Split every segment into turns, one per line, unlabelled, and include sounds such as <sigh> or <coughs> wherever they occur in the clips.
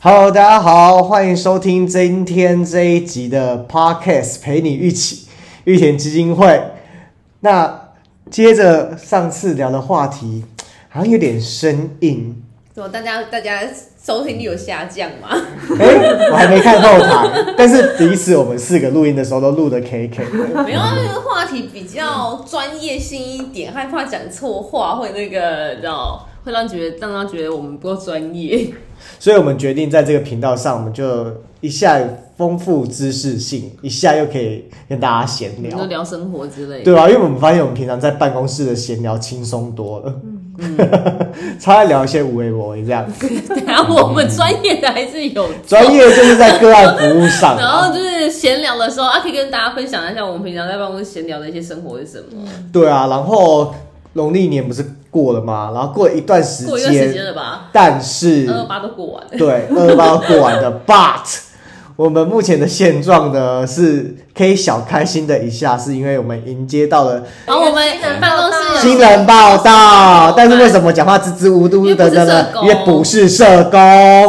Hello，大家好，欢迎收听今天这一集的 Podcast，陪你一起玉田基金会。那接着上次聊的话题，好像有点生硬。
怎么大家大家收听率有下降
<laughs>
吗？
哎、我还没看后台， <laughs> 但是彼此我们四个录音的时候都录的 KK 的。
没有，啊那个话题比较专业性一点，害怕讲错话会那个，你知道，会让觉得让他觉得我们不够专业。
所以我们决定在这个频道上，我们就一下丰富知识性，一下又可以跟大家闲
你
聊
说。聊生活之类的，
对啊，因为我们发现我们平常在办公室的闲聊轻松多了，
嗯
<laughs> 超爱聊一些无为博这样。
<laughs> 然后我们专业的还是有。
专业就是在个案服务上
然 <laughs>
啊，
后就是闲聊的时候啊，可以跟大家分享一下我们平常在办公室闲聊的一些生活是什么。
对啊，然后农历年不是过了吗？然后过了一段时
过一段时间
间，
了吧，
但是
二二八都过完了。
对二二八要过完
<laughs>
的，but <laughs> 我们目前的现状呢是可以小开心的一下，是因为我们迎接到了
然后我们办公室有
新人报道，但是为什么讲话支支吾吾的呢？因
因为
为
不
不是社工，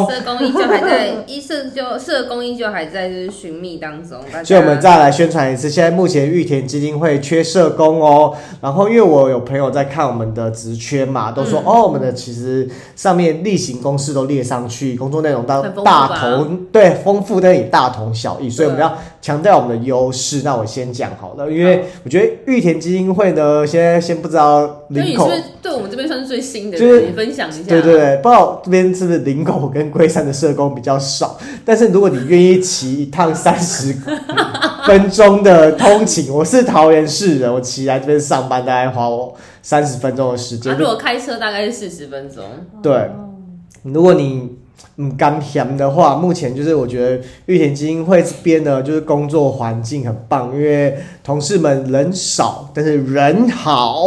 社工依旧还在，医社就社工依旧还在就是寻觅当中。大家
所以我们再来宣传一次，现在目前玉田基金会缺社工哦。然后因为我有朋友在看我们的职缺嘛，都
嗯
说、哦，我们的其实上面例行公事都列上去，工作内容到
很丰富
大
吧
同对丰富，但也大同小异，所以我们
对
要强调我们的优势。那我先讲好了，因为我觉得玉田基金会呢，现在先不知道
所以
领
你是
口
不。是对我们这边算是最新的？
就是
你分享一下。啊
对对对，不知道这边是不是林口跟龟山的社工比较少，但是如果你愿意骑一趟三十分钟的通勤，我是桃园市人，我骑来这边上班大概花我三十分钟的时
啊，
间。
如果开车大概是四十分钟，
对，如果你嗯刚闲的话，目前就是我觉得玉田基金会这边呢，就是工作环境很棒，因为同事们人少，但是人好。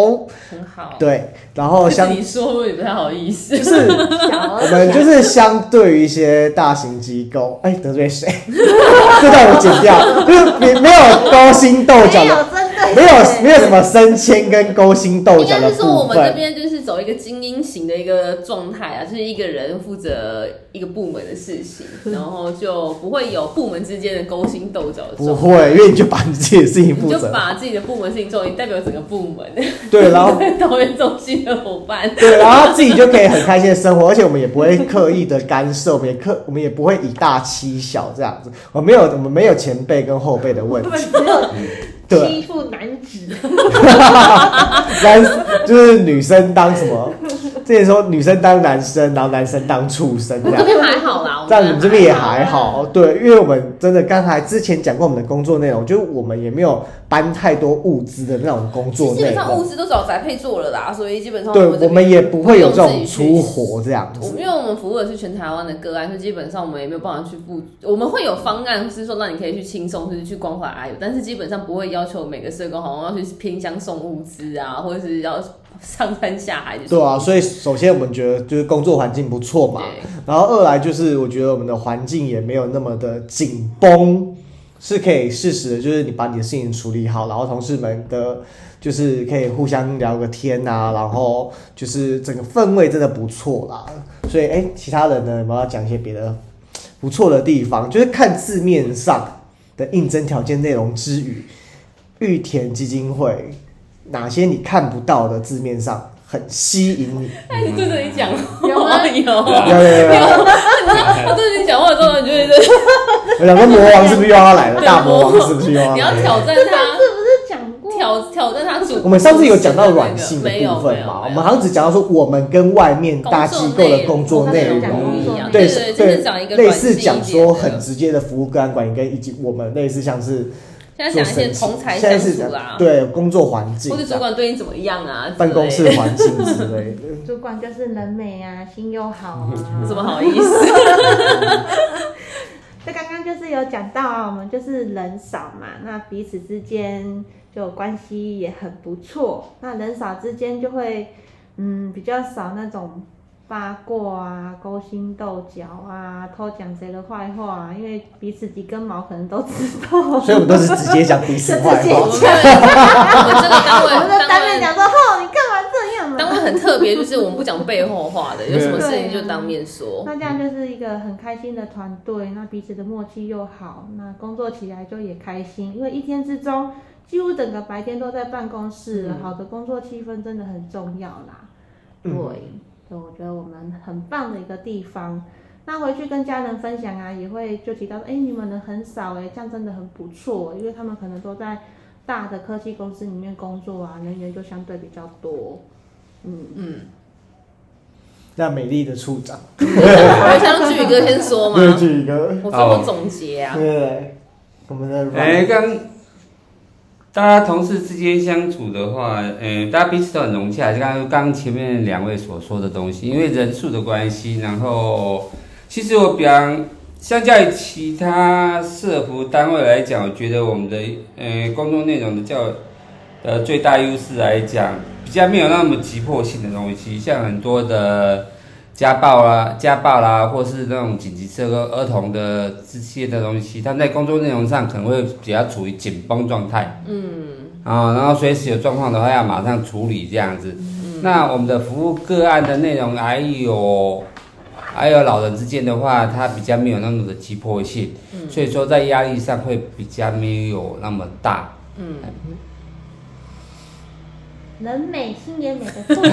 很好。
对，然后
就是
相
你说我也不太好意思，
就是我们就是相对于一些大型机构，哎，得罪谁？ <laughs> 这段我剪掉，就是没没有勾心斗角的，
针对
没有没有什么升迁跟勾心斗
应
角
该
的
是说我
部
们这
分。
边就是走一个精英型的一个状态啊，就是一个人负责一个部门的事情，然后就不会有部门之间的勾心斗角的
不
状态。
会，因为你就把你自己的事情
你
负
就
责。
把自己的部门事情做，你代表整个部门，
对，然后
<laughs> 桃园中心的伙伴，
对，然后自己就可以很开心的生活，而且我们也不会刻意的干涉，我们也刻我们也不会以大欺小这样子。我没有我们没有前辈跟后辈的问题，对，
欺负男子，
男就是女生当什么？之前说女生当男生，然后男生当畜生这
<laughs> 这
样。
边还
<laughs>
好啦，我
在我们这边也还
好。
好，对，因为我们真的刚才之前讲过我们的工作内容，就是我们也没有搬太多物资的那种工
其
作
实基
内
本上物
容，
资都找宅配做了啦，所以基本上
对，
我们这
我
边
们也不会有这种出活这样
我
子
们。因为我们服务的是全台湾的个案，所以基本上我们也没有办法去布，我们会有方案是说让你可以去轻松，就是去关怀阿友，但是基本上不会要求每个社工好像要去偏乡送物资啊，或者是要上山下海去送
对啊，所以首先我们觉得就是工作环境不错嘛，
对
然后二来就是我觉得我们的环境也没有那么的紧绷，是可以适时的，就是你把你的事情处理好，然后同事们的，就是可以互相聊个天啊，然后就是整个氛围真的不错啦。所以哎、诶其他人呢，有没有要讲一些别的不错的地方？就是看字面上的应征条件内容之余，玉田基金会哪些你看不到的字面上很吸引你？
哎，你对着你讲
有
话
吗
有，
有有有有。
<laughs> 我对着你讲话之后，你就会觉得
我想说魔王是不是又要来了？
对
大魔王
魔王
是不是又要
你
来
要
了？
挑战
上
<laughs>
他，
次不是讲过？
挑挑战他主。
我们上次有讲到软性的
没有
部分嘛，我
没有没有
们好像只讲到说我们跟外面大机构的工作内
工作内
容
容，
对对
对就是讲一，个
类
软性
似
一点
讲
的
说很直接的服务个案管理跟以及我们类似像是
现
做
在讲一些
审计
同才
现在
相
是
处
讲
啦，
对工作环境
或者、主管对你怎么样啊，
办公
之
室
类
环境之类的。
主管就是人美啊，心又好
的怎么
啊。
好意思？
<laughs>
这刚刚就是有讲到啊，我们就是人少嘛，那彼此之间就关系也很不错。那人少之间就会，嗯，比较少那种八卦啊、勾心斗角啊、偷讲谁的坏话啊，因为彼此几根毛可能都知道。
所以我们都是直接讲彼此坏
<laughs>
直接
话
我。们这个单
我
位
们的单位
单位
讲说，吼，你干嘛这样啊？
单位们很特别，就是我们不讲背后话的，有什么事情就当面
哦
说。
那
嗯
这样就是一个很开心的团队，那彼此的默契又好，那工作起来就也开心，因为一天之中几乎整个白天都在办公室了，
嗯
好的工作气氛真的很重要啦。对，
嗯
所以我觉得我们很棒的一个地方。那回去跟家人分享啊，也会就提到说，哎、你们人很少哎、这样真的很不错，因为他们可能都在大的科技公司里面工作啊，人员就相对比较多。嗯，
嗯，
那美丽的处长，
嗯我想让宇哥先说
对，嗯
嘛，
举一个，
我说我总结啊，
对对，我们的
哎、
软
刚大家同事之间相处的话，哎、大家彼此都很融洽。就刚刚刚前面两位所说的东西，因为人数的关系，然后其实我比方相较于其他社服单位来讲，我觉得我们的呃工作内容的较呃最大优势来讲，比较没有那么急迫性的东西，像很多的。家暴啦、家暴啦，或是那种紧急社会儿童的这些的东西，他们在工作内容上可能会比较处于紧绷状态。嗯。啊、然后随时有状况的话，要马上处理这样子。嗯、那我们的服务个案的内容，还有还有老人之间的话，他比较没有那么的急迫性，所以说在压力上会比较没有那么 <laughs> 大。
人美心也美的处长。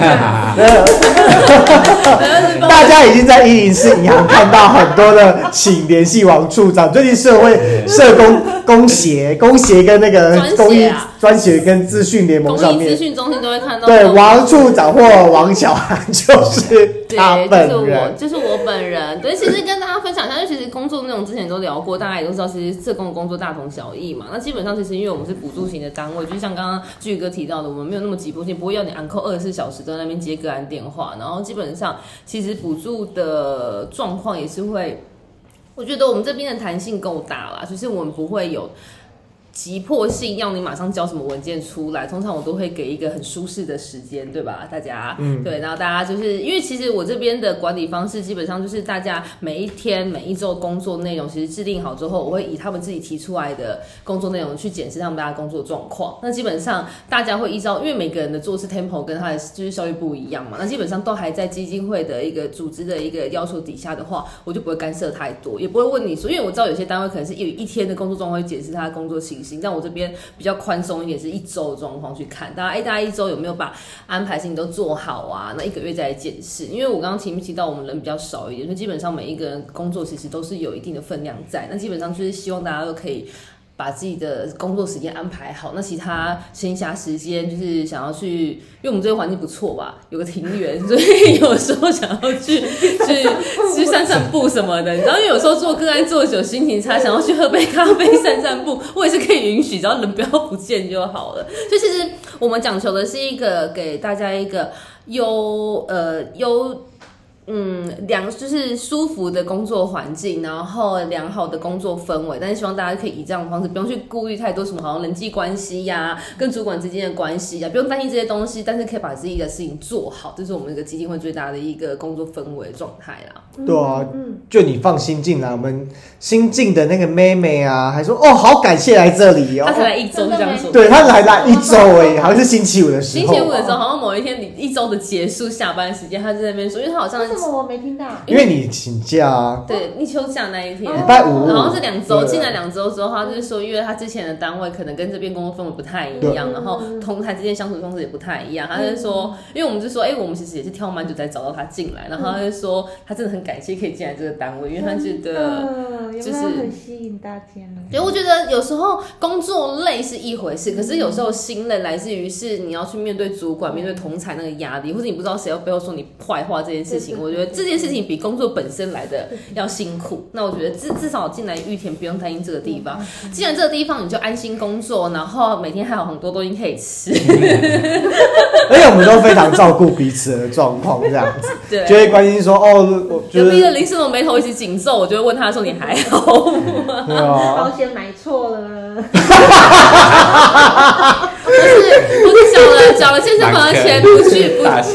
<laughs>
<laughs>
大家已经在一零四银行看到很多的，请联系王处长。最近社会社工工协、工协跟那个
专
公
协
益
啊
专协跟资讯联
公
盟上
益资
面，
讯中心都会看到。
嗯对王处长或王小涵就是他
对，就是
本
我，
人。
就是我本人。对，其实跟大家分享一下，就其实工作内容之前都聊过，大家也都知道，其实社工的工作大同小异嘛。那基本上，其实因为我们是补助型的单位，就像刚刚巨哥提到的，我们没有那么急迫性，不会要你 uncle 二十四小时都在那边接个案电话。然后基本上，其实补助的状况也是会，我觉得我们这边的弹性够大啦，就是我们不会有急迫性要你马上交什么文件出来，通常我都会给一个很舒适的时间，对吧？大家，嗯，对，然后大家就是因为其实我这边的管理方式基本上就是大家每一天每一周工作内容其实制定好之后，我会以他们自己提出来的工作内容去检视他们大家工作状况。那基本上大家会依照，因为每个人的做事 tempo 跟他的就是效率不一样嘛，那基本上都还在基金会的一个组织的一个要求底下的话，我就不会干涉太多，也不会问你说，因为我知道有些单位可能是有一天的工作状况会解释他的工作情形，但我这边比较宽松一点，是一周的状况去看，大家哎、大家一周有没有把安排事情都做好啊？那一个月再来检视，因为我刚刚前面提到我们人比较少一点，所以基本上每一个人工作其实都是有一定的分量在，那基本上就是希望大家都可以把自己的工作时间安排好，那其他闲暇时间就是想要去，因为我们这个环境不错吧，有个庭园，所以有时候想要去去去散散步什么的。你知道，因为有时候做个案做久心情差，想要去喝杯咖啡散散步，我也是可以允许，只要人不要不见就好了。就其实我们讲求的是一个给大家一个优呃优。嗯，良就是舒服的工作环境，然后良好的工作氛围，但是希望大家可以以这样的方式，不用去顾虑太多什么好像人际关系呀、跟主管之间的关系呀、不用担心这些东西，但是可以把自己的事情做好，这是我们这个基金会最大的一个工作氛围状态啦。
对啊
嗯，
就你放心进来，我们新进的那个妹妹啊，还说哦，好感谢来这里
<laughs> 他才
哦。
来一周就这样说，
对，她才来一周而已，好像是星期五的时
星
候。
期五的时候，好像某一天你一周的结束下班时间，他就在那边说，因为他好像
为什么我没听到？
因为你请假啊，
对你休假那一
哦
天，
礼拜五，
好像哦是两周，
对
进来两周之后，他就是说，因为他之前的单位可能跟这边工作氛围不太一样，
对
然后同台之间相处方式也不太一样，他就说，因为我们就说，哎、我们其实也是挑蛮久才找到他进来，然后他就说，他真的很感谢可以进来这个单位，因为他觉得。
嗯有
就
没
是
有很吸引大家呢？
对，我觉得有时候工作累是一回事，可是有时候心累来自于是你要去面对主管、面对同才那个压力，或者你不知道谁要背后说你坏话这件事情。
对对对
我觉得这件事情比工作本身来的要辛苦。那我觉得至至少进来玉田不用担心这个地方，
嗯
既然这个地方你就安心工作，然后每天还有很多东西可以
<laughs>
吃，
而且我们都非常照顾彼此的状况，这样子
对
就。会关心说哦，我就
隔壁的
是
林世龙眉头一直紧皱，我就会问他说：“你还好吗？”
嗯
对啊，
保险买错了，
<laughs> 不是，我是 <laughs>
<laughs>
缴了缴了健身房的钱，不去不
大象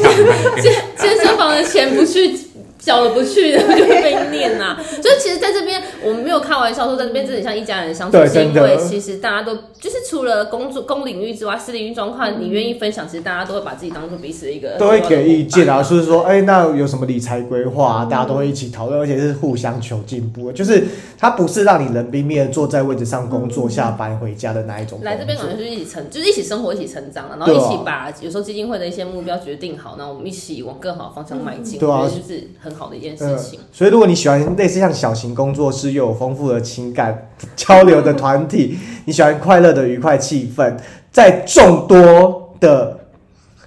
健健身房的钱不去小了不去的就会被念呐、所以其实在这边我们没有开玩笑说在这边真的像一家人相处，
对
是因
真的
为其实大家都就是除了工作公领域之外，私领域状况你愿意分享，其实大家都会把自己当做彼此的一个
都会给意见
啊。
啊，就是说，哎、那有什么理财规划
嗯
啊、大家都会一起讨论，而且是互相求进步的，就是它不是让你冷冰冰的坐在位置上工作、下班回家的那一种工作。
嗯来这边感觉就是一起成，就是一起生活，一起成长啊，然后
对
一
啊
起把有时候基金会的一些目标决定好，然后我们一起往更好的方向迈进，
对啊
我觉得就是很好的一件事
嗯
情。，
所以如果你喜欢类似像小型工作室又有丰富的情感交流的团
<laughs>
体，你喜欢快乐的愉快气氛，在众多的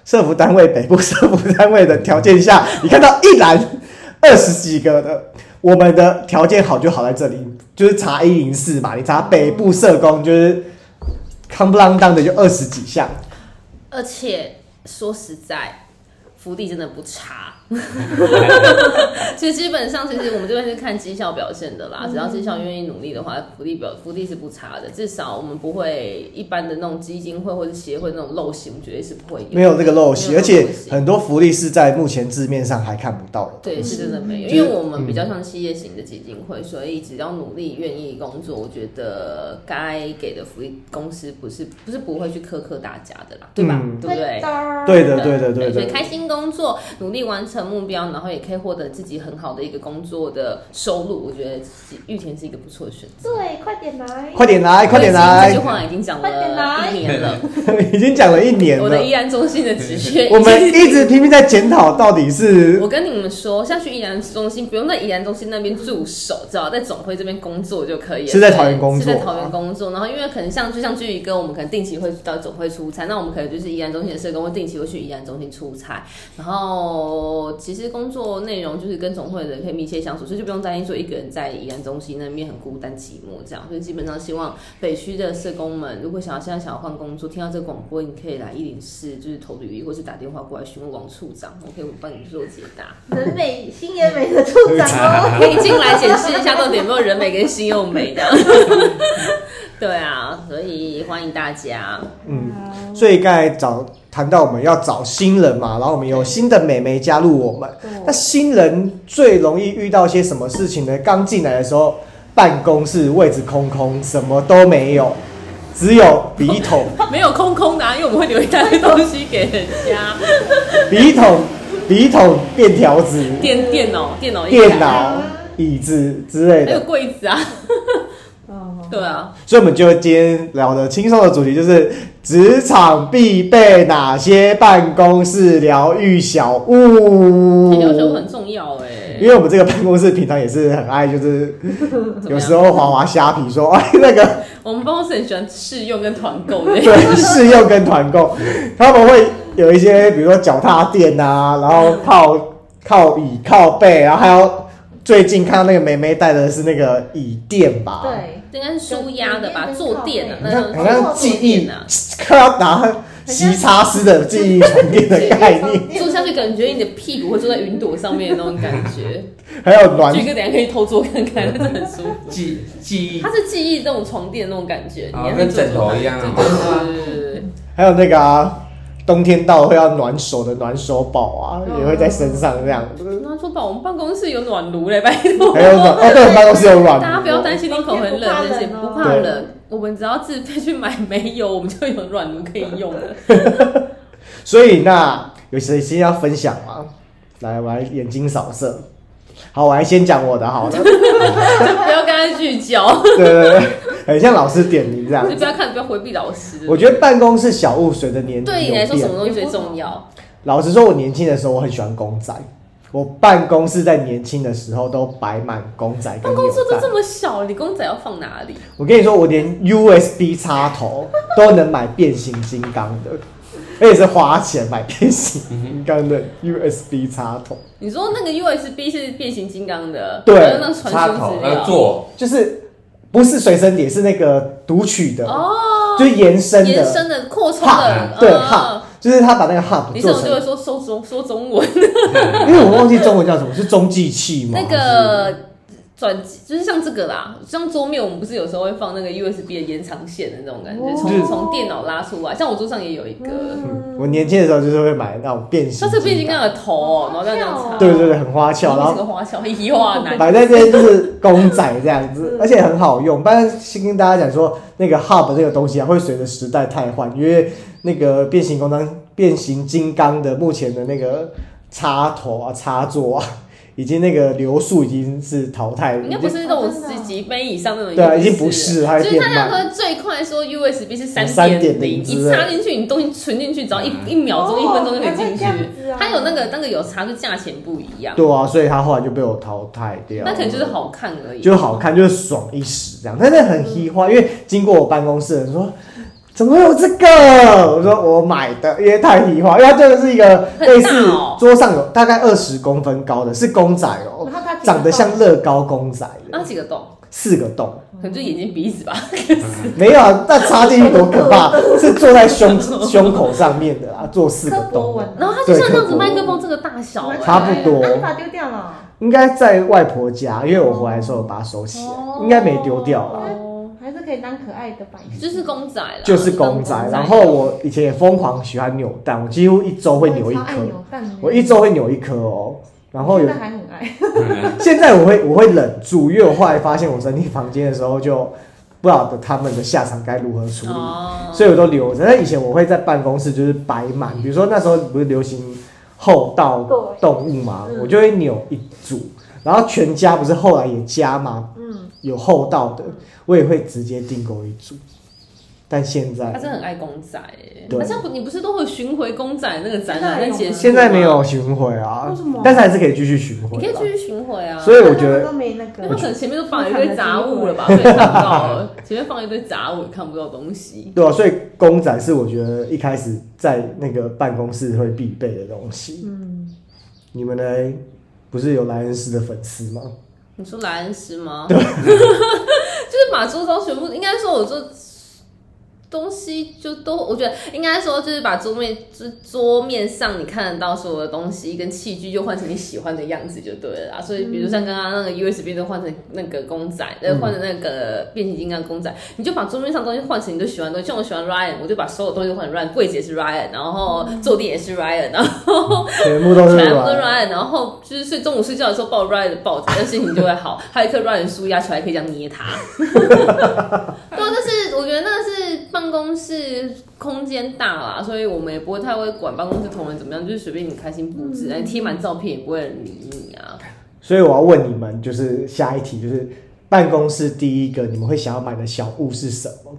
社服单位北部社服单位的条件下，你看到一栏二十几个的，我们的条件好就好在这里，就是查一零四嘛，你查北部社工就是康不啷当的就二十几项，
而且说实在，福利真的不差。所以基本上，其实我们这边是看绩效表现的啦。只要绩效愿意努力的话，福利表福利是不差的。至少我们不会一般的那种基金会或者协会那种陋习，我们绝对是不会有。
没有这个陋习，
没有
而且
陋习
很多福利是在目前字面上还看不到的。
对，是真的没有，
就是嗯
因为我们比较像企业型的基金会，所以只要努力、愿意工作，我觉得该给的福利公司不是不是不会去苛刻大家的啦，对吧？
嗯
对不对？
的
对的，对的，对
所以
的。
开心工作，努力完成目标，然后也可以获得自己很好的一个工作的收入。我觉得玉田是一个不错的选择。
对，快点来，
快点来，快点来
这句！话已经讲
快点
了
来
一年了，
<laughs> 已经讲了一年
我
了
的，宜兰中心的职缺，
我们一直拼命在检讨到底是
我跟你们说，下去宜兰中心不用在宜兰中心那边驻守，只要在总会这边工作就可以了。
是在桃园工作啊
是在桃园工作。然后因为可能像就像俊宇哥，我们可能定期会到总会出差，那我们可能就是宜兰中心的社工会定期会去宜兰中心出差。然后其实工作内容就是跟总会的人可以密切相处，所以就不用担心说一个人在宜兰中心那边很孤单寂寞这样。所以基本上希望北区的社工们，如果想要现在想要换工作，听到这个广播，你可以来一零四就是投履历，或是打电话过来询问王处长，我可以帮你做解答。
人美新颜美的处长哦，
可以进来检视一下到底有没有人美跟心又美的。 <laughs> 对啊，所以欢迎大家。
<laughs> 嗯，所以刚才找谈到我们要找新人嘛，然后我们有新的美眉加入我们。那新人最容易遇到些什么事情呢？刚进来的时候，办公室位置空空，什么都没有，只有笔筒。
没有空空的、啊，因为我们会留一大堆东西给人家，
笔筒，笔筒，便条纸、
电电脑、电脑、
电脑、椅子之类
还
的。
有柜子啊。
哦，
对啊，
所以我们就今天聊的轻松的主题就是职场必备哪些办公室疗愈小物。
有时候很重要哎、
因为我们这个办公室平常也是很爱，就是
怎么样
有时候滑滑虾皮说，哎，那个
我们办公室很喜欢试用跟团购欸的、
对试用跟团购，他们会有一些，比如说脚踏垫啊，然后靠 <laughs> 靠椅、靠背，然后还有最近看到那个梅梅带的是那个椅垫吧？
对，
这应该是舒压的吧？坐垫啊，
好像
那
嗯好像记忆
垫啊，
看到拿西叉斯的记忆床垫的概念，
<laughs> 坐下去感觉你的屁股会坐在云朵上面的那种感
<laughs>
觉。
还有暖
俊哥，等一下可以偷坐看看，真的很舒服。
记记忆
它是记忆那种床垫那种感觉，
啊
你还
跟
是做
枕头一样啊
对对对对对
还有那个啊，冬天到了会要暖手的暖手宝啊，也会在身上这样
对。
子。
然后说吧，我们办公室有暖炉嘞，拜托。
还有暖哦，对，办公室有暖
大家不要担心
冬
领口
天
很
不怕
冷，这些
冷哦
不怕
对
冷。我们只要自费去买煤油，我们就有暖炉可以
<laughs>
用了。
所以那有谁先要分享吗？来，我来眼睛扫射。好，我来先讲我的好了。
<laughs> 就不要跟他聚焦，
对对对，很哎像老师点名这样
就。不要看，不要回避老师。
我觉得办公室小物随着年纪
对你
有
来说，什
变
么。东西最重要？
老实说，我年轻的时候我很喜欢公仔，我办公室在年轻的时候都摆满公仔跟
办
牛
公室都这
仔。
么小，你公仔要放哪里？
我跟你说，我连 USB 插头都能买变形金刚的，而且是花钱买变形金刚的 USB 插头。
你说那个 USB 是变形金刚的，
对
还有那个传
插
输啊
头呃
资
要
料。
做，
就是不是随身碟，是那个读取的，
哦，
就是延伸的
延伸的、扩充
hub，
的，
对
嗯
hub，就是他把那个 hub
你这
做
种就会
成，
说说中说中文，
因为我忘记中文叫什么，是中继器嘛？
那个转机就是像这个啦，像桌面我们不是有时候会放那个 USB 的延长线的那种感觉，
哦
从从电脑拉出来，像我桌上也有一个，
嗯，我年轻的时候就是会买那种变形
它
金刚，
这个变形金刚的头哦，然后这样这样插，
对对对，很花
然
俏，然
后
后
是个花俏，以后啊，
<laughs>
难
摆在这边就是公仔这样子，
嗯
而且很好用。但是先跟大家讲说，那个 hub 这个东西啊，会随着时代汰换，因为那个变形金刚、变形金刚的目前的那个插头啊、插座啊，已经那个流速已经是淘汰了，
应该
已
不
经
是那种十几杯以上那种，
对啊，已经不。是，它
就
会
是
变
他那
慢。
时候最快说 USB 是三点零，
3.0之
一
类嗯
插进去，你东西存进去，只要一一秒钟、一分钟就可
哦
以进去。
去
它有那个那个有差，就价钱不一样，
对啊，所以它后来就被我淘汰掉了。
那可能就是好看而已。
就好看，就是爽一时这样。但是很稀化，因为经过我办公室的人说。怎么会有这个？我说我买的，因为太稀化，因为它真的是一个
很大哦
类似桌上有大概二十公分高的，是公仔哦、
然后它几个
长得像乐高公仔
那
的，
几个洞，
四个洞，
可能就眼睛鼻子吧。
没有啊，那插进去多可怕，是坐在胸胸口上面的啊，做四个
柯博
洞的，
文，
<laughs> 然后它就像这样子
对
麦克风这个大小、欸，
差不多
那你把它丢掉了，
应该在外婆家，因为我回来的时候我把它收起来，应该没丢掉了。
哦
还是可以当可爱的摆设。
就是公仔啦，
就是公仔。然后我以前也疯狂喜欢扭蛋，我几乎一周会扭一
我超爱
颗，
扭蛋的
我一周会扭一颗哦。然后
现
有
在还很爱，
嗯
现在我会我会忍住，因为我后来发现我整理房间的时候就不晓得他们的下场该如何处理，
哦，
所以我都留着。但以前我会在办公室就是摆满，比如说那时候不是流行厚道动物嘛，
嗯
我就会扭一组。然后全家不是后来也加嘛，
嗯，
有厚道的，我也会直接订购一组。但现在
啊
他真的很爱公仔、欸，
对
那像不你不是都会巡回公仔那个展览在
现在有吗
结束？
现在没，有巡回啊
为什么，
但是还是可以继续巡回
你可以
啦
继续巡回啊。
所以我觉
都
得，
没那
因为他可
个，
能前面都放一堆杂物了吧，我也看不到了。前面放一堆杂物，看不到东西。
对啊，所以公仔是我觉得一开始在那个办公室会必备的东西。
嗯，
你们呢，不是有莱恩斯的粉丝吗？
你说莱恩斯吗？ <laughs> 就是把周遭全部，应该说我做东西就都，我觉得应该说就是把桌面，就是桌面上你看得到所有的东西跟器具，就换成你喜欢的样子就对了啦。所以比如像刚刚那个 USB 都换成那个公仔，呃，换成那个变形金刚公仔，你就把桌面上东西换成你都喜欢的东西。像我喜欢 Ryan，我就把所有东西都换成 Ryan，柜子也是 Ryan，然后坐垫也是 Ryan，然后。
全部都是
全部都
吧？
Ryan，然后就是睡中午睡觉的时候抱 Ryan 的抱枕，那心情就会好。还有一颗 Ryan 的书压出来，可以这样 <laughs> 捏它。对啊，但是我觉得那是办公室空间大啦，所以我们也不会太会管办公室同仁怎么样，就是随便你开心布置，哎、贴满照片也不会有人理你啊。
所以我要问你们，就是下一题，就是办公室第一个你们会想要买的小物是什么？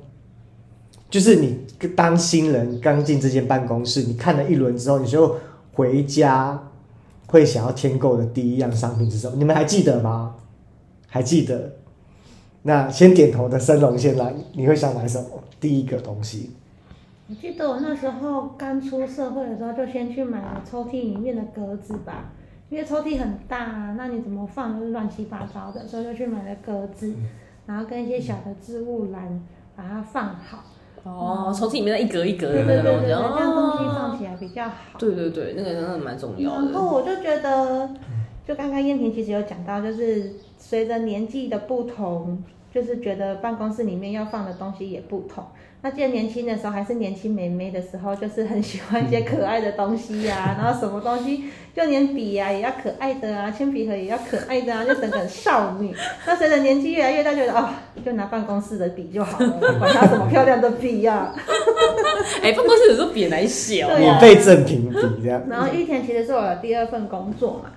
就是你当新人刚进这间办公室，你看了一轮之后，你就回家会想要添购的第一样商品是什么？你们还记得吗？还记得？那先点头的生龙先来，你会想买什么？第一个东西，
我记得我那时候刚出社会的时候，就先去买了抽屉里面的格子吧，因为抽屉很大，啊那你怎么放就是乱七八糟的，所以就去买了格子，然后跟一些小的置物篮把它放好，
哦，抽屉里面那一格一格的
对
那
对
种东
对
西，
对，这样东西放
哦，
起来比较好。
对对对，那个真的蛮重要
然后
的。
我就觉得，就刚刚燕婷其实有讲到，就是随着年纪的不同，就是觉得办公室里面要放的东西也不同。那记得年轻的时候还是年轻妹妹的时候，就是很喜欢一些可爱的东西
<laughs>
呀、然后什么东西就连笔呀、也要可爱的啊，铅笔盒也要可爱的啊，就整个少女。那随着年纪越来越大，觉得哦，就拿办公室的笔就好了，管它什么漂亮的笔呀、
哎、办公室有时候笔来写哦。
对啊
免费赠品比这样。
然后玉田其实是我的第二份工作嘛，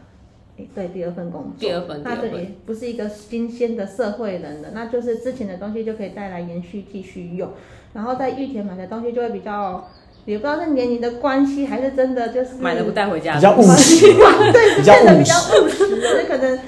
诶对，第二份工作，
第二份
那
第二份
对，不是一个新鲜的社会人的，那就是之前的东西就可以带来延续继续用，然后在玉田买的东西就会比较，也不知道是年龄的关系还是真的就是
买了不带回家，
比较务实，
啊 <laughs> 对，
比较
变得
务
比较
实
务实了，就可能。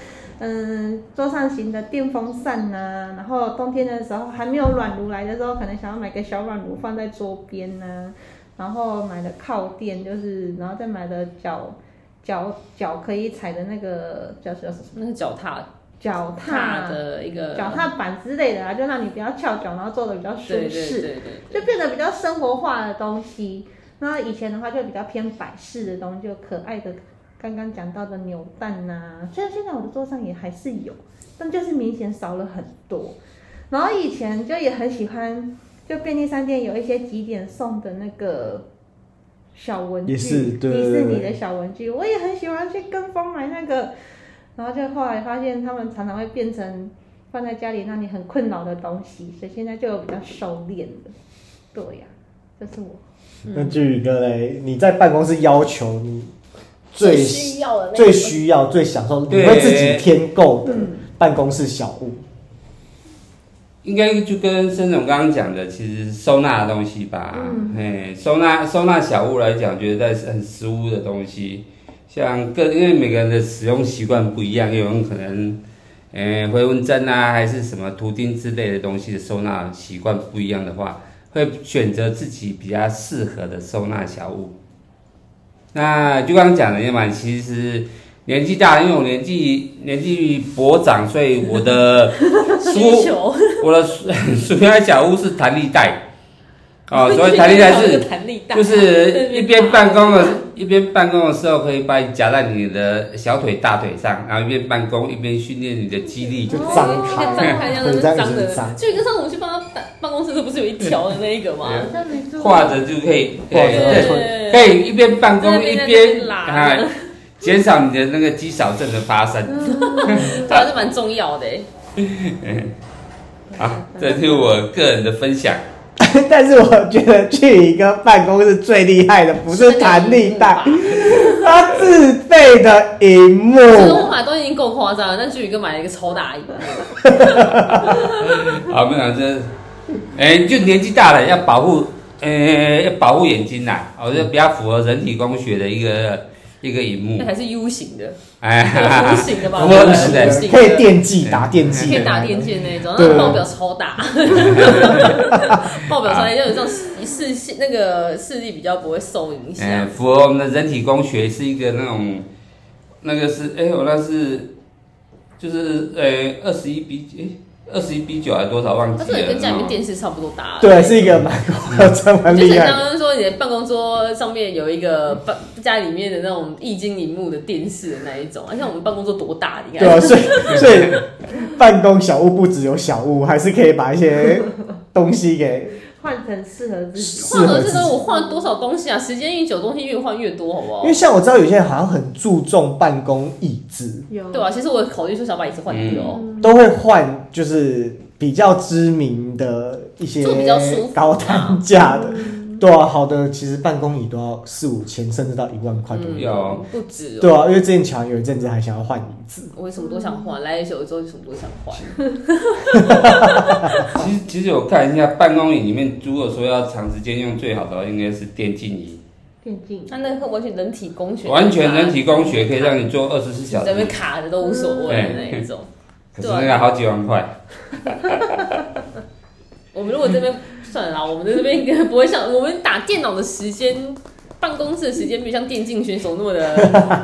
嗯，桌上型的电风扇呐、然后冬天的时候还没有暖炉来的时候，可能想要买个小暖炉放在桌边呐、然后买了靠垫，就是然后再买了脚脚脚可以踩的那个叫叫什
那
么
个脚踏
脚
踏
踏、
的一个
脚踏板之类的啊，就让你比较翘脚，然后坐的比较舒
对
适。
对对对对
就变得比较生活化的东西。那以前的话就比较偏摆饰的东西，就可爱的刚刚讲到的扭蛋呐、虽然现在我的桌上也还是有，但就是明显少了很多。然后以前就也很喜欢，就便利商店有一些几点送的那个小文具，
也是对
迪士
对
尼
对
的小文具，我也很喜欢去跟风买那个。然后就后来发现他们常常会变成放在家里让你很困扰的东西，所以现在就有比较收敛了。对呀、这是我。
嗯
那至宇哥嘞，你在办公室要求你最
需要的那个
最需要、最享受，你
对
会自己添购的
嗯
办公室小物，
应该就跟森总刚刚讲的，其实收纳的东西吧，哎、收纳收纳小物来讲，觉得是很实物的东西，像各因为每个人的使用习惯不一样，有人可能，呃，回纹针啊，还是什么图钉之类的东西的收纳习惯不一样的话，会选择自己比较适合的收纳小物。那就刚刚讲的一样嘛，其实年纪大了，因为我年纪年纪薄长，所以我的书
需求
我的 <laughs> 暑暑假小屋是弹力带，
<laughs>
哦，所以
以
弹力带
是
是
弹力带，
就是一边办公的
啊
一边办公的时候，可以把你夹在你的小腿、大腿上，然后一边办公一边训练你的肌力
就。张
哦那个张开
开，嗯对，
这样
这
张
样
的
子，张。
就跟上次我们去办办公室，这不是有一条的那一个吗？
对
像你做
挂着就可以，
挂着
对嗯对，可以一边办公
在
一
那边
边
拉
啊，减少你的那个肌少症的发生。
这还是蛮重要的欸。嗯
<laughs> 好，这是我个人的分享。
<laughs> 但是我觉得去一个办公室最厉害的不是弹力带，它自备的荧幕。
就是我买的东西已经够夸张了，但是宇哥买了一个超大椅，
好，我们讲这，哎、就年纪大了要保护，呃、要保护眼睛呐、我觉得比较符合人体工学的一个一个荧幕
那，还是 U 型的，
哎， <laughs>
有弧形的吧？
我
有
对
弧
对
形的
对
可以电击打电击，
可以打电线那一种，
对
那报表超
<laughs>
大，报表超大，就有这种视线那个视力比较不会受影响。
哎，符合我们的人体工学是一个那种，那个是，哎、我那是，就是，呃、二十一比，哎、二十一比九还是多少忘记
但
了？
是也跟家里面
哦
电视差不多大，
对，是一个蛮 <laughs> 夸张、蛮
就是
厉害
刚
的。
刚说你的办公桌上面有一个办家里面的那种液晶荧幕的电视的那一种，而且我们办公桌多大，你
对
看
啊，
<laughs>
所以所以办公小物不只有小物，还是可以把一些东西
<laughs>
给
<laughs> 换成适合自己，
适
换
合
盒
自
子
己
呢，。我换了多少东西啊？时间一久，东西越换越多，好哦不
因
好
为？像我知道有些人好像很注重办公椅子，
有
对啊，其实我考虑说想把椅子换哦掉，
都会换就是比较知名的一些
就比较舒服嘛嗯
高单价的。对啊，好的，其实办公椅都要四五千，甚至到一万块都
嗯
有。
有，
不止哦。
对啊，因为之前乔安有一阵子还想要换椅子，
我什么都想换，来了久了之后就什么都想换。
其实其实我看一下办公椅里面，如果说要长时间用，最好的话应该是电竞椅，
电竞，
那那个完全人体工学，
完全人体工学可以让你做二十四小
在
时
那边卡着都无所谓的那一种。啊
可是那个好几万块，
我们如果这边算了啦，我们在这边应该不会像我们打电脑的时间。办公室的时间没有像电竞选手那么的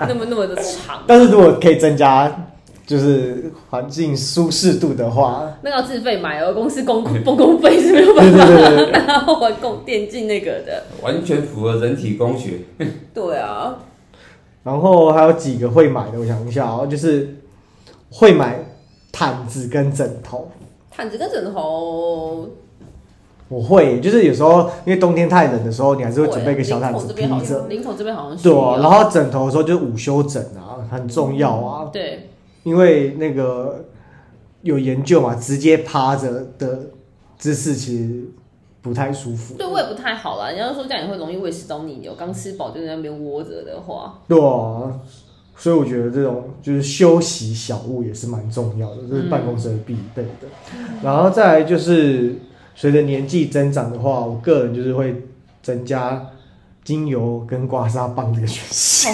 那么那么的长，
但是如果可以增加就是环境舒适度的话，
那个要自费买哦，公司公公公费是没有办法拿我供电竞那个的。
完全符合人体工学。
对啊，
然后还有几个会买的，我想一下哦，就是会买毯子跟枕头。
毯子跟枕头
我会，就是有时候因为冬天太冷的时候，你还是会准备一个小毯
领口
子
这
披
边好
着
像，。领口这边好像需
对
要
啊，然后枕头的时候就是午休枕啊，很重要啊，
对，
因为那个有研究嘛，直接趴着的姿势其实不太舒服。
对胃不太好啦。人家说这样也会容易胃食道逆流，刚吃饱就在那边窝着的话，
对啊，所以我觉得这种就是休息小物也是蛮重要的，这是办公室必备的。然后再来就是随着年纪增长的话，我个人就是会增加精油跟刮痧棒这个选项。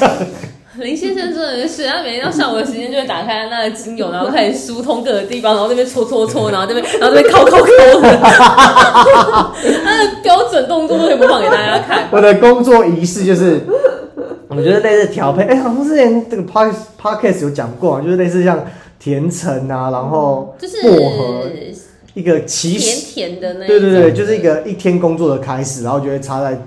林先生真的是，他每天到下午的时间就会打开那个精油，然后开始疏通各个地方，然后那边搓搓搓，然后这边，然后这边敲 <laughs> 敲敲的，他的标准动作都可以模仿给大家看。
我的工作仪式就是，我觉得类似调配，哎、好像之前这个 pod podcast 有讲过啊，就是类似像甜橙啊，然后
就
薄荷，
是
一个起
嗯甜
始
甜的那一
对对对，
种
就是一个一天工作的开始，然后就会插在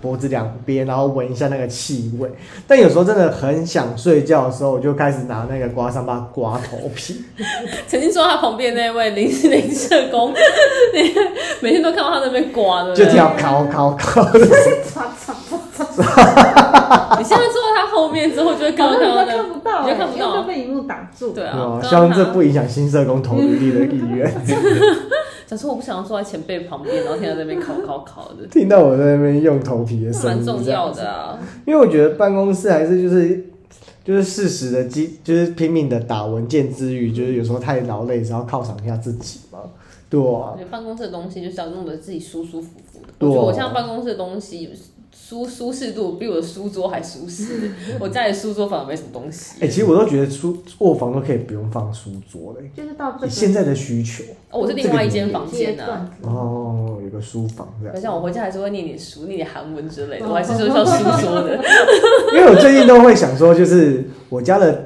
脖子两边，然后闻一下那个气味。但有时候真的很想睡觉的时候，我就开始拿那个刮痧把刮头皮。
曾经坐他旁边那位林林社工， <laughs> 每天都看到他在那边刮，对不
就
对？
听到烤烤烤的声音，
你现在坐在他后面之后，就会看
搞
到他
得人家
的 <laughs>
看不到、
你就看不
因为
到
都，被荧幕挡住。
对
对吧
<laughs> 啊。
希望这
一
不影响新社工投履历的意
<laughs>
愿。
想说我不想要坐在前辈旁边，然后听他在那边烤烤烤 <laughs> 的，
听到我在那边用头皮的声音，
蛮重要的啊。
因为我觉得办公室还是就是就是适时的机，就是拼命的打文件之余，就是有时候太劳累，然后犒赏一下自己嘛。对
我
啊，
觉得办公室的东西就是要弄得自己舒舒服服的。
对啊
我觉得我现在办公室的东西舒舒适度比我的书桌还舒适，我家里书桌反而没什么东西
哎、。其实我都觉得书卧房都可以不用放书桌嘞、
就是到这
以
个
现在的需求
哦，我是另外一间房
阶
间啊。
段，
哦，有个书房这
而
样。
且我回家还是会念点书，念点韩文之
哦
类的，我还是就是要书桌的。
<laughs>
因为我最近都会想说，就是我家的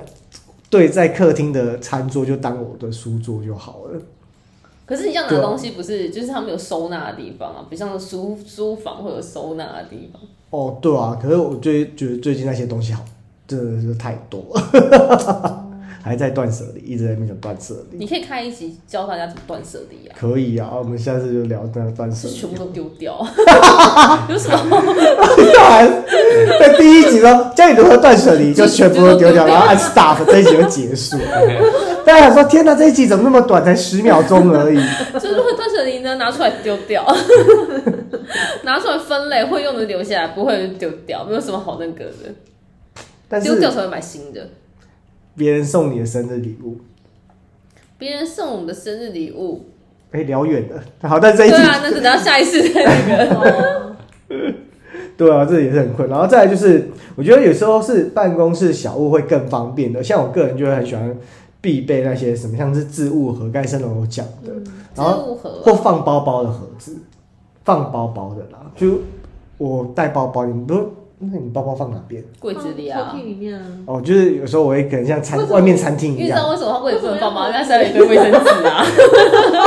对在客厅的餐桌就当我的书桌就好了。
可是你这样拿
啊
的东西不是，就是他们有收纳的地方啊，不像书书房会有收纳的地方。
哦，对啊，可是我最觉得最近那些东西好真的是太多了， <laughs> 还在断舍离，一直在那种断舍离。
你可以开一集教大家怎么断舍离啊，
可以啊，我们下次就聊那个断舍
是
离。
全部都丢掉，
<laughs>
啊 <laughs> 有什么？ <laughs>
在第一集说教你如何断舍离，就全部都丢掉，然
<laughs>
后按 stop，这一集就结束了。大家想说，天哪，这一集怎么那么短，才十秒钟而
<laughs>
已？
就是如何断舍离呢？拿出来丢掉，拿出来分类，会用的留下来，不会丢掉，没有什么好那个的，
但
丢掉
是
才会买新的。
别人送你的生日礼物，
别人送我们的生日礼物，
哎，聊远了。好，但这
对
一集
啊，那是等到下一次再那个。
啊对啊，这也是很困扰。然后再来就是，我觉得有时候是办公室小物会更方便的，像我个人就会很喜欢必备那些什么，像是置物盒，刚才生龙有讲的，
置
然后
物盒
或放包包的盒子，放包包的啦，就我带包包，你们不，那你包包放哪边？
柜子里啊
抽屉。里面啊，
哦，就是有时候我会可能像餐
为什么
外面餐厅
因为
一
你知道
样。
为什么他柜子不能放吗？因为它塞了一堆卫生纸啊。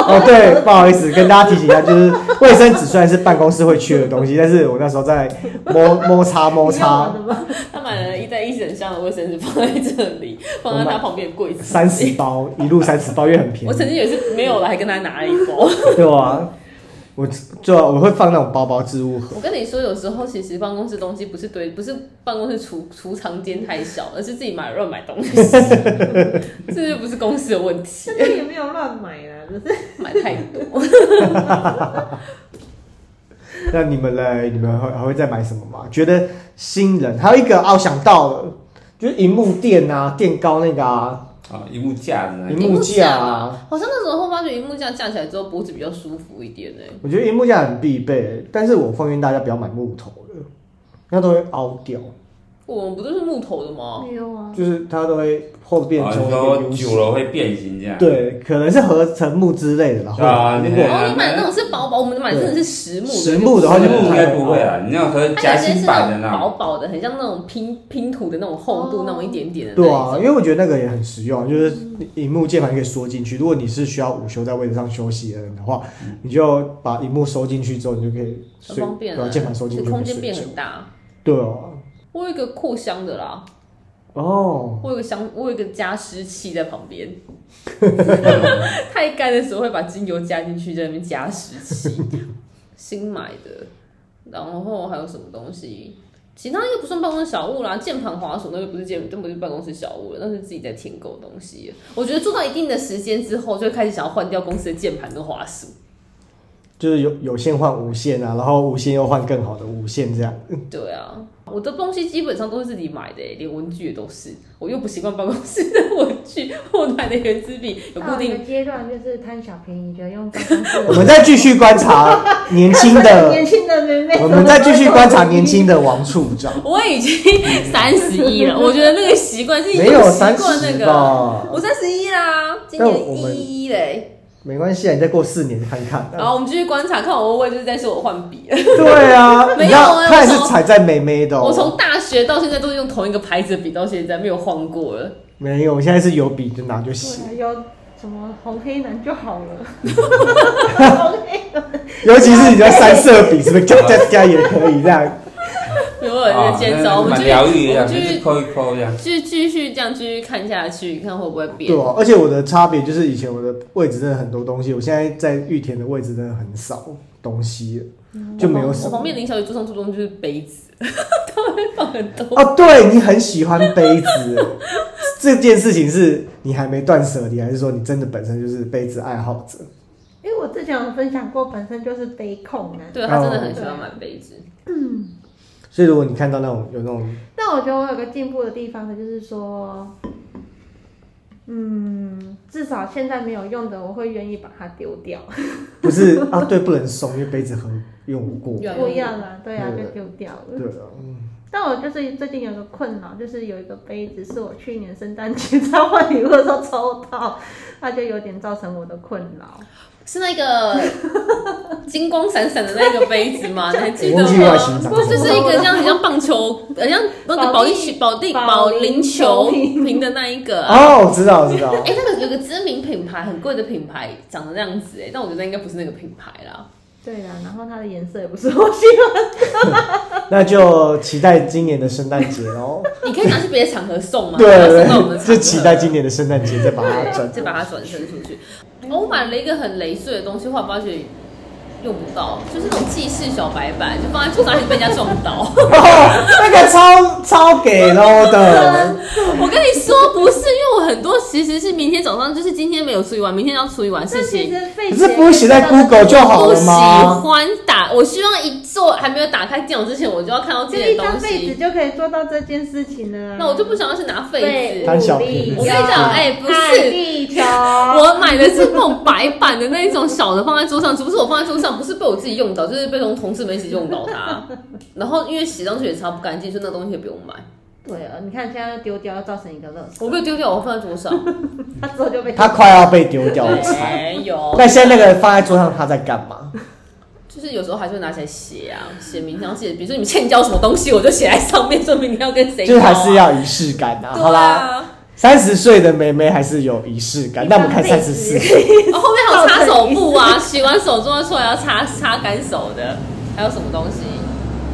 哦，对，不好意思，跟大家提醒一下，就是卫生纸虽然是办公室会缺的东西，但是我那时候在摸摸擦摸擦
你
<laughs>
要玩的吗？
他买了一袋一整箱的卫生纸放在这里，放在他旁边的柜子。
三十。包，一路三十包，因为很便宜。
我曾经也是没有了，还跟他拿了一包。
对啊，我就啊我会放那种包包置物盒。
我跟你说，有时候其实办公室东西不是堆，不是办公室储储藏间太小，而是自己买乱买东 <laughs> 西。这就不是公司的问题
现，在也没有乱买啦，只是
买太多。
<laughs> 那你们嘞？你们还还会再买什么吗？觉得新人还有一个哦，想到了，就是荧幕垫啊，垫高那个啊，
啊，一幕架子那
荧
一
幕架啊。
哎
好像那时候发觉荧幕架架起来之后脖子比较舒服一点欸呢、
我觉得荧幕架很必备，但是我奉劝大家不要买木头的，那都会凹掉，
我们不都是木头的吗？
没有啊，
就是它都会后变
哦，
成
你说久了会变形这样。
对，可能是合成木之类的啦。
对啊
或者
那
如果
个
然哦后你买那种是薄薄，我们买真的是实木的，
实木的话就
实
不
木应
太
该不会啊，你那种和
它
夹
哎有些是
心
那
版的
种
那
薄
种，
薄的，很像那种拼拼图的那种厚度，
哦
那种一点点的那一
对啊，因
种。
为我觉得那个也很实用，就是荧幕键盘可以缩进去。如果你是需要午休在位置上休息的人的话，你就把荧幕收进去之后，你就可以
嗯很
睡
方，便
把
啊，
键盘收进去
就
就可
空
以
间
睡
变
觉。
很大。
对哦、
我有一个扩香的啦，
哦，
我有一个香，我有一个加湿器在旁边。太干的时候会把精油加进去，在那边加湿器。新买的，然后还有什么东西？其他应该不算办公室小物啦，键盘、滑鼠那个不是键，那不是办公室小物了，那是自己在添购的东西。我觉得做到一定的时间之后，就会开始想要换掉公司的键盘跟滑鼠。
就是有有线换无线啊，然后无线又换更好的无线
<laughs>
这样。
对啊，我的东西基本上都是自己买的，连文具也都是。我又不习惯办公室的文具，我买的圆珠笔有固
到一
定。
啊个阶段就是贪小便宜，就用办公室的
我们再继续观察年轻
看
<laughs>
的
年，轻的妹妹，
我们再继续观察年轻的王处长。
我已经三十一了，我觉得那个习惯是已经
没有
习
三
惯那
十
个。
吧？
我三十一啦，今
但我们
年一一嘞。
没关系啊，你再过四年看看啊。
然后我们继续观察，看我会不会就是在说我换笔。
对啊，
<laughs> 没有
你要
啊
他也
我
是
从
踩在美妹的、哦。
我从大学到现在都是用同一个牌子的笔，到现在没有换过了。
没有，我现在是有笔就拿就写。
对啊有什么红黑男就好了，红黑
尤其是你在三色笔，是不是加加加也可以这样？
如果
啊
有人介绍，我们
啊蛮
继
疗愈
续，我
的，
们
就
继
是
续，
抠一抠这样。
继继续这样继续看下去，看会不会变
对。哦，而且我的差别就是以前我的位置真的很多东西，我现在在玉田的位置真的很少东西了，就没有
我
什
旁
么。
边林小姐注重注重就是杯子， <laughs> 他会放很多。
哦，对你很喜欢杯子，这件事情是你还没断舍离，还是说你真的本身就是杯子爱好者？
因为我之前有分享过，本身就是杯控啊。
对他真的很喜欢买杯子，
所以如果你看到那种有那种
但我觉得我有个进步的地方呢，就是说，嗯，至少现在没有用的，我会愿意把它丢掉。
不
<laughs>
是啊，对，不能送，因为杯子很用过。
越来越
不要啦，对啊，
对
就丢掉了。
对啊，嗯
但我就是最近有个困扰，就是有一个杯子是我去年圣诞节 <laughs> 交换礼物的时候抽到，它就有点造成我的困扰。
是那个金光闪闪的那个杯子
<laughs>
吗？你还记
我
得
忘记外形
吗？
长
不是，
什
是
么
一个像很像棒球，很像那个保
保
龄
龄
球、保定保
保龄
龄球
球瓶
瓶的那一
<laughs>
个啊。
哦，我知道，我知道。
哎、那个有个知名品牌，很贵的品牌，长得那样子哎、但我觉得应该不是那个品牌啦。
对啦，然后它的颜色也不是我喜欢。
<laughs>
<laughs> 那就期待今年的圣诞节喽。
你可以拿去别的场合送
<laughs>
吗？
对
然后
对
送到我
对，
们的场合
就期待今年的圣诞节再把它转。
再把它转身出去。我买了一个很雷碎的东西，后来发觉用不到，就是那种记事小白板，就放在桌上就被人家撞到。
哦， <laughs> 那个超超给喽的，
<laughs> 我跟你说，不是，因为我很多其实是明天早上，就是今天没有处理完，明天要处理完事
但其
情。
实费
可
姐
是不会写在 Google 就好
不
了
喜
吗？
欢打，我希望一做还没有打开电脑之前，我就要看到这
就
些
一
东
张被子
西。
就可以做到这件事情了啊。
那我就不想要去拿废
被
纸。
贪小便宜
我跟你讲，哎、不是，
地球，
我买的是那种白板的那一种小的，放在桌上，只不是我放在桌上，不是被我自己用到，就是被同同事们一起用到
<laughs>
它。然后因为洗上去也擦不干净，所以那东西也不用买。
对啊，你看现在丢掉，造成一个垃圾，
我没有丢掉，我放在桌上。
<laughs>
它之后就被
它快要被丢掉了。
没有
那现在那个放在桌上，它在干嘛？
就是有时候还是会拿起来写啊，写明天要写，比如说你们欠交什么东西，我就写在上面，说明天要跟谁、啊。
就是还是要仪式感啊。
对
好啦，
啊。
三十岁的妹妹还是有仪式感。那我们看
一
三
张
十
被
四 <laughs>
子
岁，
然后后面还有擦手布啊，洗完手之后出来要擦擦干手的，还有什么东西？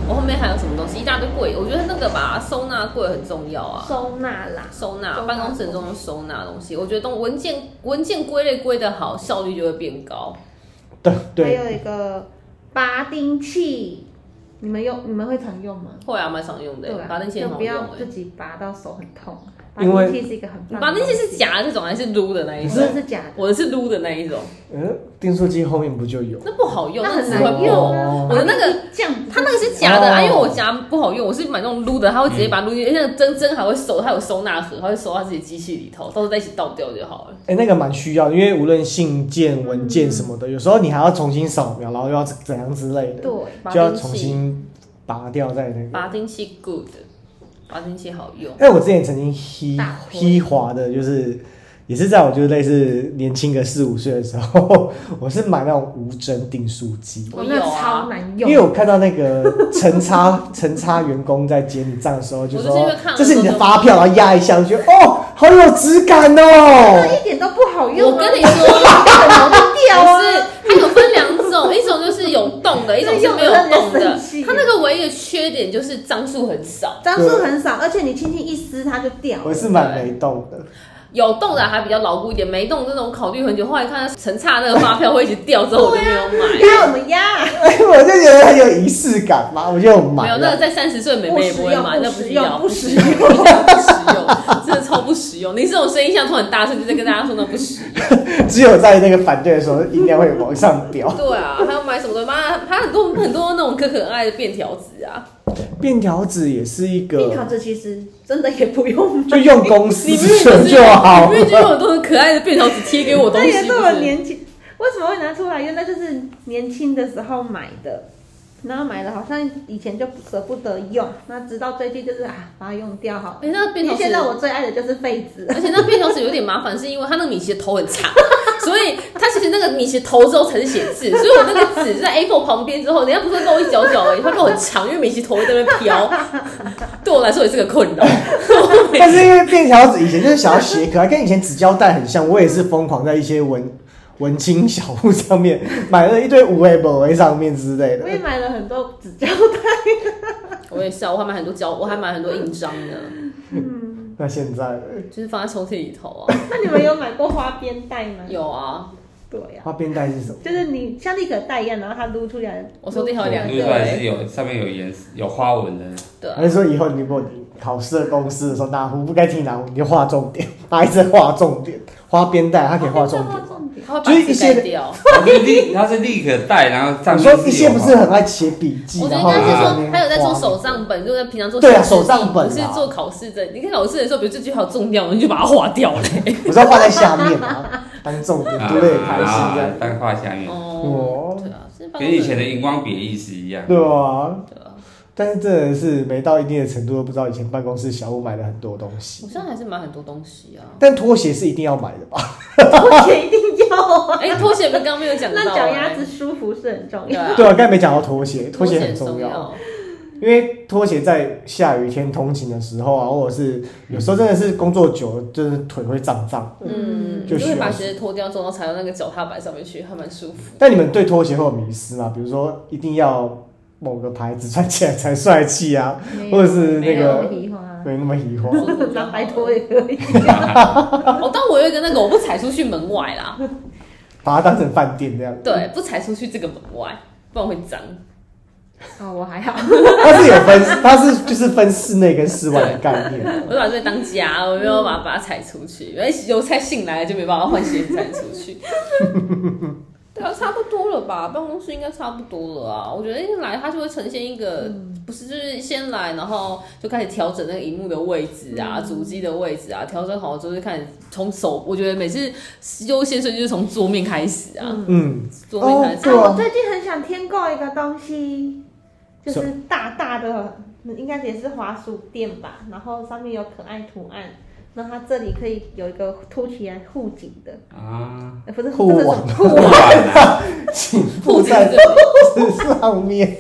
我后面还有什么东西？一大堆柜，我觉得那个吧，收纳柜很重要啊。
收纳啦。
收
收
纳
纳
啊
办公室很重要，收纳东西，我觉得东文件文件归类归的好，效率就会变高。
对
还
对，
有一个拔钉器，你们用你们会常用吗？
会啊，蛮常用的、
对啊，
拔钉器
就
很好
不
用
要
哎、
自己拔到手很痛。拔
因为
钉器是一个很棒的
拔钉器
东
是
西，
夹这种还是撸的那一
我
种？
的是假的，
我的是撸的那一种，
嗯，订书机后面不就有？
那不好用，
那
那
很
只
难
会破
用
哦
啊。
我的那个
这样，
它那个是夹的啊，
哦
因为我夹不好用，我是买那种撸的，它会直接把它撸进去，而且那个针针还会收，它有收纳盒，它会收到自己机器里头，到时候再一起倒掉就好了。
哎、那个蛮需要的，因为无论信件、文件什么的，有时候你还要重新扫描，然后又要怎样之类的，
对，
就要重新拔掉再那个。
拔钉器 good，拔钉器好用。
哎，我之前曾经吸
大推
吸滑的，就是也是在我就是类似年轻个四五岁的时候， <laughs> 我是买那种无针订书机。
我
我
有啊
哦那超难
因
用，
为我看到那个陈
<laughs>
差陈差员工在结你账的时候，就
我就是因
说
为看了
这是你的
这个
发票，然后压一下，我觉得哦，好有质感哦。
一点都不好用啊。
我跟你说。
<laughs> 很容易掉
不
啊。
是，它有分两种，一种就是有动
<laughs>
的，一种是没有动
用得让
的
人生气。
它那个唯一的缺点就是张数很少，
张数很少，而且你轻轻一撕它就掉了。
我是买没动的，
有动的还比较牢固一点，没动这种考虑很久。后来看到陈差那个发票会一直掉，之后我就没有买。
压什么压？
<laughs> 我就觉得很有仪式感嘛，我就有买
没有
了。
那个在三十岁的妹妹也不会买，
不
那
实
是
用
要
不
实
实
用，
用
<laughs> 不实用，真的超不实用。你这种声音像突然大声，就在跟大家说那不实用。
只有在那个反对的时候，音量会往上
<laughs>
飙。
对啊，还要买什么的？妈，还有很多很多那种可可爱的便条纸啊，
便条纸也是一
蜜桃
个，
子其实真的也不用买
就用公司
你明明
存
就是
就好
你明明就有很多很可爱的便条纸贴给我东
那
西，
也是
不
我年轻，为什么会拿出来用？那就是年轻的时候买的，然后买了好像以前就不舍不得用，那直到最近就是啊，把它用掉好了。
哎、那便
因
条纸，
为现在我最爱的就是废
<laughs>
纸，
而且那便条纸有点麻烦，是因为它那个米奇的头很长， <laughs> 所以它其实那个米奇头之后才是写字，所以我那个纸在 A4 旁边之后，人家不是露一角 <laughs> 角而已，它露很长，因为米奇头会在那边飘。对我来说也是个困扰，我 <laughs>
但是因为便条纸以前就是想要写可爱，跟以前纸胶带很像，我也是疯狂在一些文文青小物上面买了一堆五 A 本 A 上面之类的
我。也买了很多纸胶
我也是啊，我还买很多胶，我还买很多印章呢，
那现在
就是放在抽屉里头啊。
<laughs> 带。那你们有买过花边带吗？。
有啊，
对呀、
花边带是什么？
就是你像立可带一样，然后它撸出来。
我手里还有两
录
个哎
出来是有上面有颜色有花纹的，
对啊
还是说以后你如果你考试的公司的时候哪壶不该提哪壶，你就画重点，他一直画重点，花边带它可以画重点
<laughs>
吗？
点。
它会把
就是一
纸
些
盖掉。
它是立它是立可带，然后上
你
面
说
有
一些不是很爱写笔记，
我觉得
然后
应该是
上
说，
面
还有在做
画
手账本，就是平常做
对啊
小事
手账本啊
不是做考试的。你看考试的时候，比如这句好重要，你就把它划掉嘞。
我是要画在下面
<laughs>
啊，当重点
啊
读的也开心这样。
但画下面，
哦，
哦，
对啊，是
跟以前的荧光笔的意思一样。
对啊，
对啊，
但是真的是没到一定的程度，都不知道以前办公室小五买了很多东
我
西。
现在还是买很多东西啊。
但拖鞋是一定要买的吧？
拖鞋一定要啊，
哎，拖鞋刚刚没有讲到，啊
那脚丫子舒服是很重
对
要。
啊，
对啊，刚才没讲到拖鞋，拖鞋很
重
重要，。因为拖鞋在下雨天通勤的时候啊，或者是有时候真的是工作久了，就是腿会胀胀。
嗯，
就需
就会
要
把鞋子脱掉之后，然后踩到那个脚踏板上面去，还蛮舒服。
但你们对拖鞋会有迷思吗？比如说一定要某个牌子穿起来才帅气啊，或者是那
没
个
皮花，
没那么移花。
<laughs>
<laughs>
<laughs> 拿白拖也可以。
哦，但我有一个那个，我不踩出去门外啦，
把它当成饭店这样。
对，不踩出去这个门外，不然会脏。
哦，我还好。
它是有分，它是就是分室内跟室外的概念。
<laughs> 我就把这当家，我没有把把它踩出去，因为油菜醒来了就没办法换鞋子踩出去。对啊，差不多了吧？办公室应该差不多了啊。我觉得一来它就会呈现一个，不是就是先来，然后就开始调整那个荧幕的位置啊、主机的位置啊，调整好之后就开始从手。我觉得每次优先顺序就是从桌面开始啊，
嗯，
桌面开始。
对哦啊
我最近很想添购一个东西，就是大大的，嗯应该也是滑鼠垫吧，然后上面有可爱图案，然后它这里可以有一个凸起来护颈的，
嗯
啊，
呃不是
护
这是什
腕
么
不
护腕？ <laughs>
管了，
请附在 <laughs> 这上面。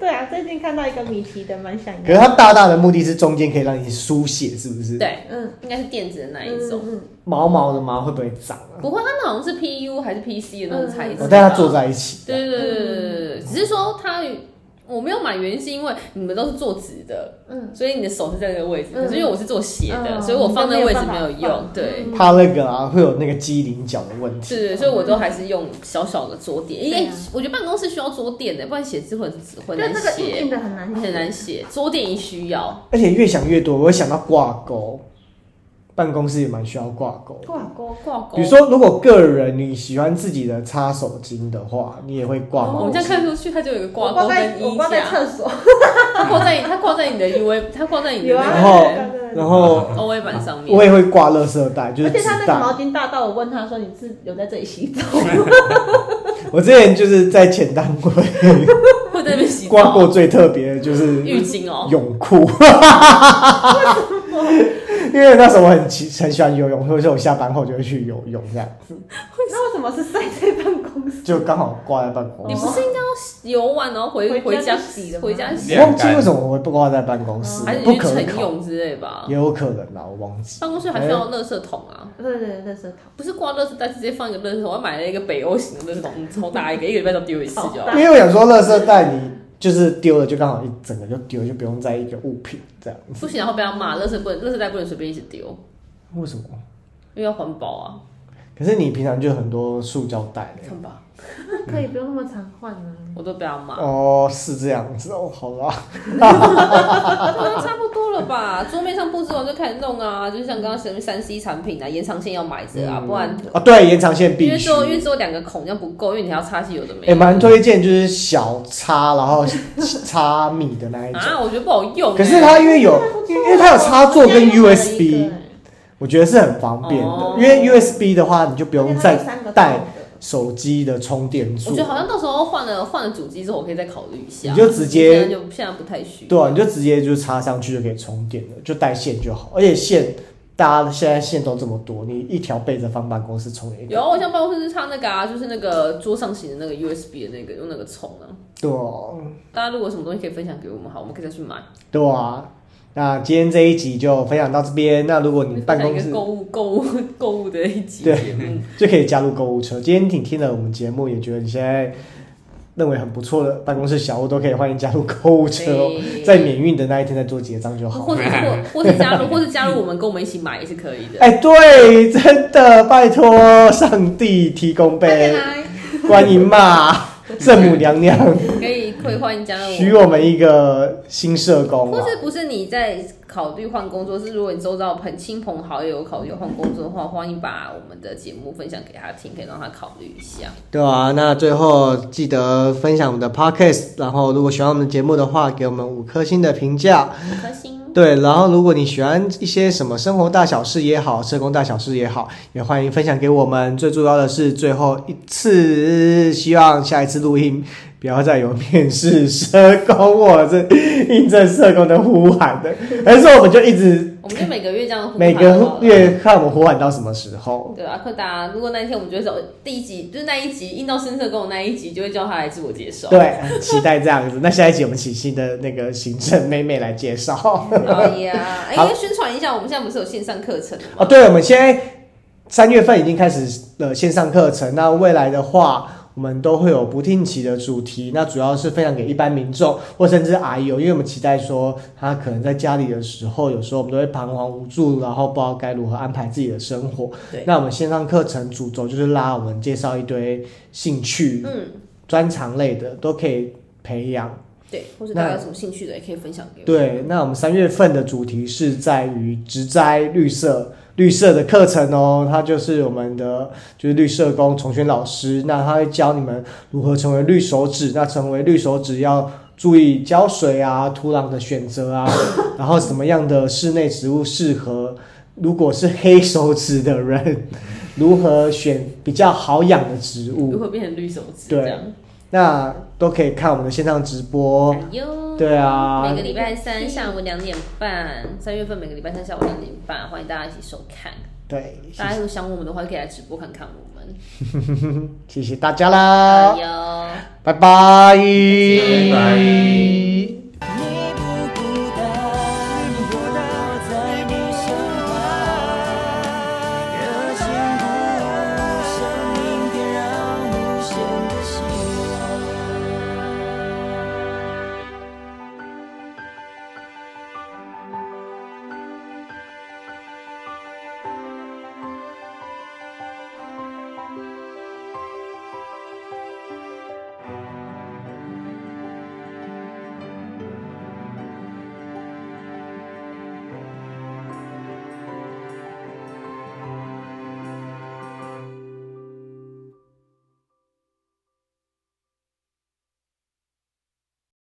对啊，最近看到一个米奇的，蛮想要。
可是它大大的目的是中间可以让你书写，是不是？，
对，
嗯，
应该是电子的那一种。
嗯
毛毛的毛会不会长啊？
不过它那好像是 PU 还是 PC 的那种材质吧。
我带它坐在一起。
对对对对对对，只是说它我没有买原因是因为你们都是坐直的，
嗯
所以你的手是在那个位置，
嗯
可是因为我是坐斜的，
嗯
所以我放那个位置没有
你就没
用
有办法放，嗯
对。
怕那个啊，会有那个机灵角的问题。
是，所以我都还是用小小的桌垫，因
对
为
啊
我觉得办公室需要桌垫的，不然写字会很
嗯，
很
就
难
这个硬硬
写，
的很难
很难写。桌垫也需要，
而且越想越多，我会想到挂钩。办公室也蛮需要挂钩。
挂钩。
挂钩。
比如，说，如果个人你喜欢自己的擦手巾的话，你也会挂
我
钩
哦们这。样看出去，它就有一个挂
我
钩
挂在
跟
我
衣
挂在
架，
厕所，
它挂在它挂在你的 U A，它挂在你的
有啊，
然后
对对对
然后
O A 板上面。
我也会挂垃圾袋，就是
而且
纸
他那
袋
个。毛巾大到我问他说你是有在这里洗澡？
我之前就是在前
<laughs>
单位
会在那边洗澡
挂过最特别的就是
浴巾哦，
泳裤，因为那时候我很喜很喜欢游泳，所以我下班后就会去游泳，这样
那为什么是晒在办公室？
就刚好挂在办公
你
室。
不是应该要游完然后回
回
家
家洗的吗
回家洗，
我忘记为什么我会不挂在办公室
还是，
不
啊你去
可
晨
考，
泳之啊类吧
也？有可能啊啦，我忘记。
办公室还需要垃圾桶啊，
对对对，那时候他
不是挂垃圾袋，直接放一个垃圾桶。我还买了一个北欧型的垃圾桶，超大一个，一个礼拜都丢一次就好
好。
因为我想说，垃圾袋你就是丢了，就刚好一整个就丢了，就不用在意一个物品这样。
不行，然后被他骂，垃圾不能，垃圾袋不能随便一直丢，
为什么？
因为要环保啊，
可是你平常就有很多塑胶袋嘞。
看吧，
那可以不用那么常换啊。
我都被他骂。
哦，是这样子哦，好啦，
对啊，差不多了吧？桌面上布置完就开始弄啊，就是像刚刚什么三 C 产品啊，延长线要买着啊，不然
啊，对，延长线
因
必
为
须。
只有因为只有两个孔，这样不够，因为你还要插些有的没
也
的。
哎蛮推荐，就是小插，然后插米的那一种。
啊，我觉得不好用欸。
哎可是它因为有，因为因为它有插座跟
我家也有一
USB，
个
我觉得是很方便的
哦。
因为 USB 的话，你就不用
而且它有
再
三个
带
孔的
手机的充电
我
座
觉，得好像到时候换了换了主机之后，我可以再考虑一下。
你就直接
现在就现在不太需要。
对啊，你就直接就插上去就可以充电了，就带线就好。而且线，大家现在线都这么多，你一条背着放办公室充也可以。
有啊，我像办公室是插那个啊，就是那个桌上型的那个 USB 的那个，用那个充啊。
对啊，
大家如果有什么东西可以分享给我们，好，我们可以再去买。
对啊，那今天这一集就分享到这边。那如果你嗯办公
一
室
个购物购物购物的一集
对
节目，
就可以加入购物车。今天你听了我们节目，也觉得你现在认为很不错的办公室小物，都可以欢迎加入购物车哦。
对
在免运的那一天再做结账就好。
或者或或是加入或是加入我们跟我们一起买也是可以的。
哎、对，真的，拜托上帝提供
快点
呗，
来，
观音
<laughs>
嘛，圣母娘娘，
可以可以欢迎加入
许
我。
我们一个新社工啊
或！是不是你在考虑换工作？是如果你周遭朋亲朋好友有考虑换工作的话，欢迎把我们的节目分享给他听，可以让他考虑一下。
对啊，那最后记得分享我们的 podcast，然后如果喜欢我们的节目的话，给我们五颗星的评价。
五颗星，
对，然后如果你喜欢一些什么生活大小事也好，社工大小事也好，也欢迎分享给我们。最重要的是最后一次，希望下一次录音不要再有面试社工或者是应征社工的呼喊的，还是我们就一直
我们就每个月这样呼喊
每
就
个
好了
月看我们呼喊到什么时候。
啊对啊，克达，如果那一天我们觉得走第一集，就是那一集印到深色跟我那一集，就会叫他来自我介绍。
对，期待这样子。那下一集我们请新的那个行政妹妹来介绍。<laughs>
哎呀，哎，
好
因为宣传一下，我们现在不是有线上课程的吗？
哦，对，我们现在三月份已经开始了线上课程，那未来的话，我们都会有不定期的主题，那主要是分享给一般民众或甚至阿姨哦，因为我们期待说他可能在家里的时候，有时候我们都会彷徨无助，然后不知道该如何安排自己的生活。
对
那我们线上课程主轴就是拉我们介绍一堆兴趣、
嗯，
专长类的都可以培养。
对，或者大家有什么兴趣的也可以分享给我。
对，那我们三月份的主题是在于植栽绿色绿色的课程哦，它就是我们的就是绿社工崇轩老师，那他会教你们如何成为绿手指，那成为绿手指要。注意浇水啊，土壤的选择啊， <coughs> 然后什么样的室内植物适合？如果是黑手指的人，如何选比较好养的植
如
物？
何变成绿手指
对
这样？
那都可以看我们的线上直播。
哎呦，
对啊，
嗯每个礼拜三下午两点半，三月份每个礼拜三下午两点半，欢迎大家一起收看。
对，
大家如果想我们的话，可以来直播看看我们。
谢谢大家啦。
哎呦。
拜拜。
拜拜。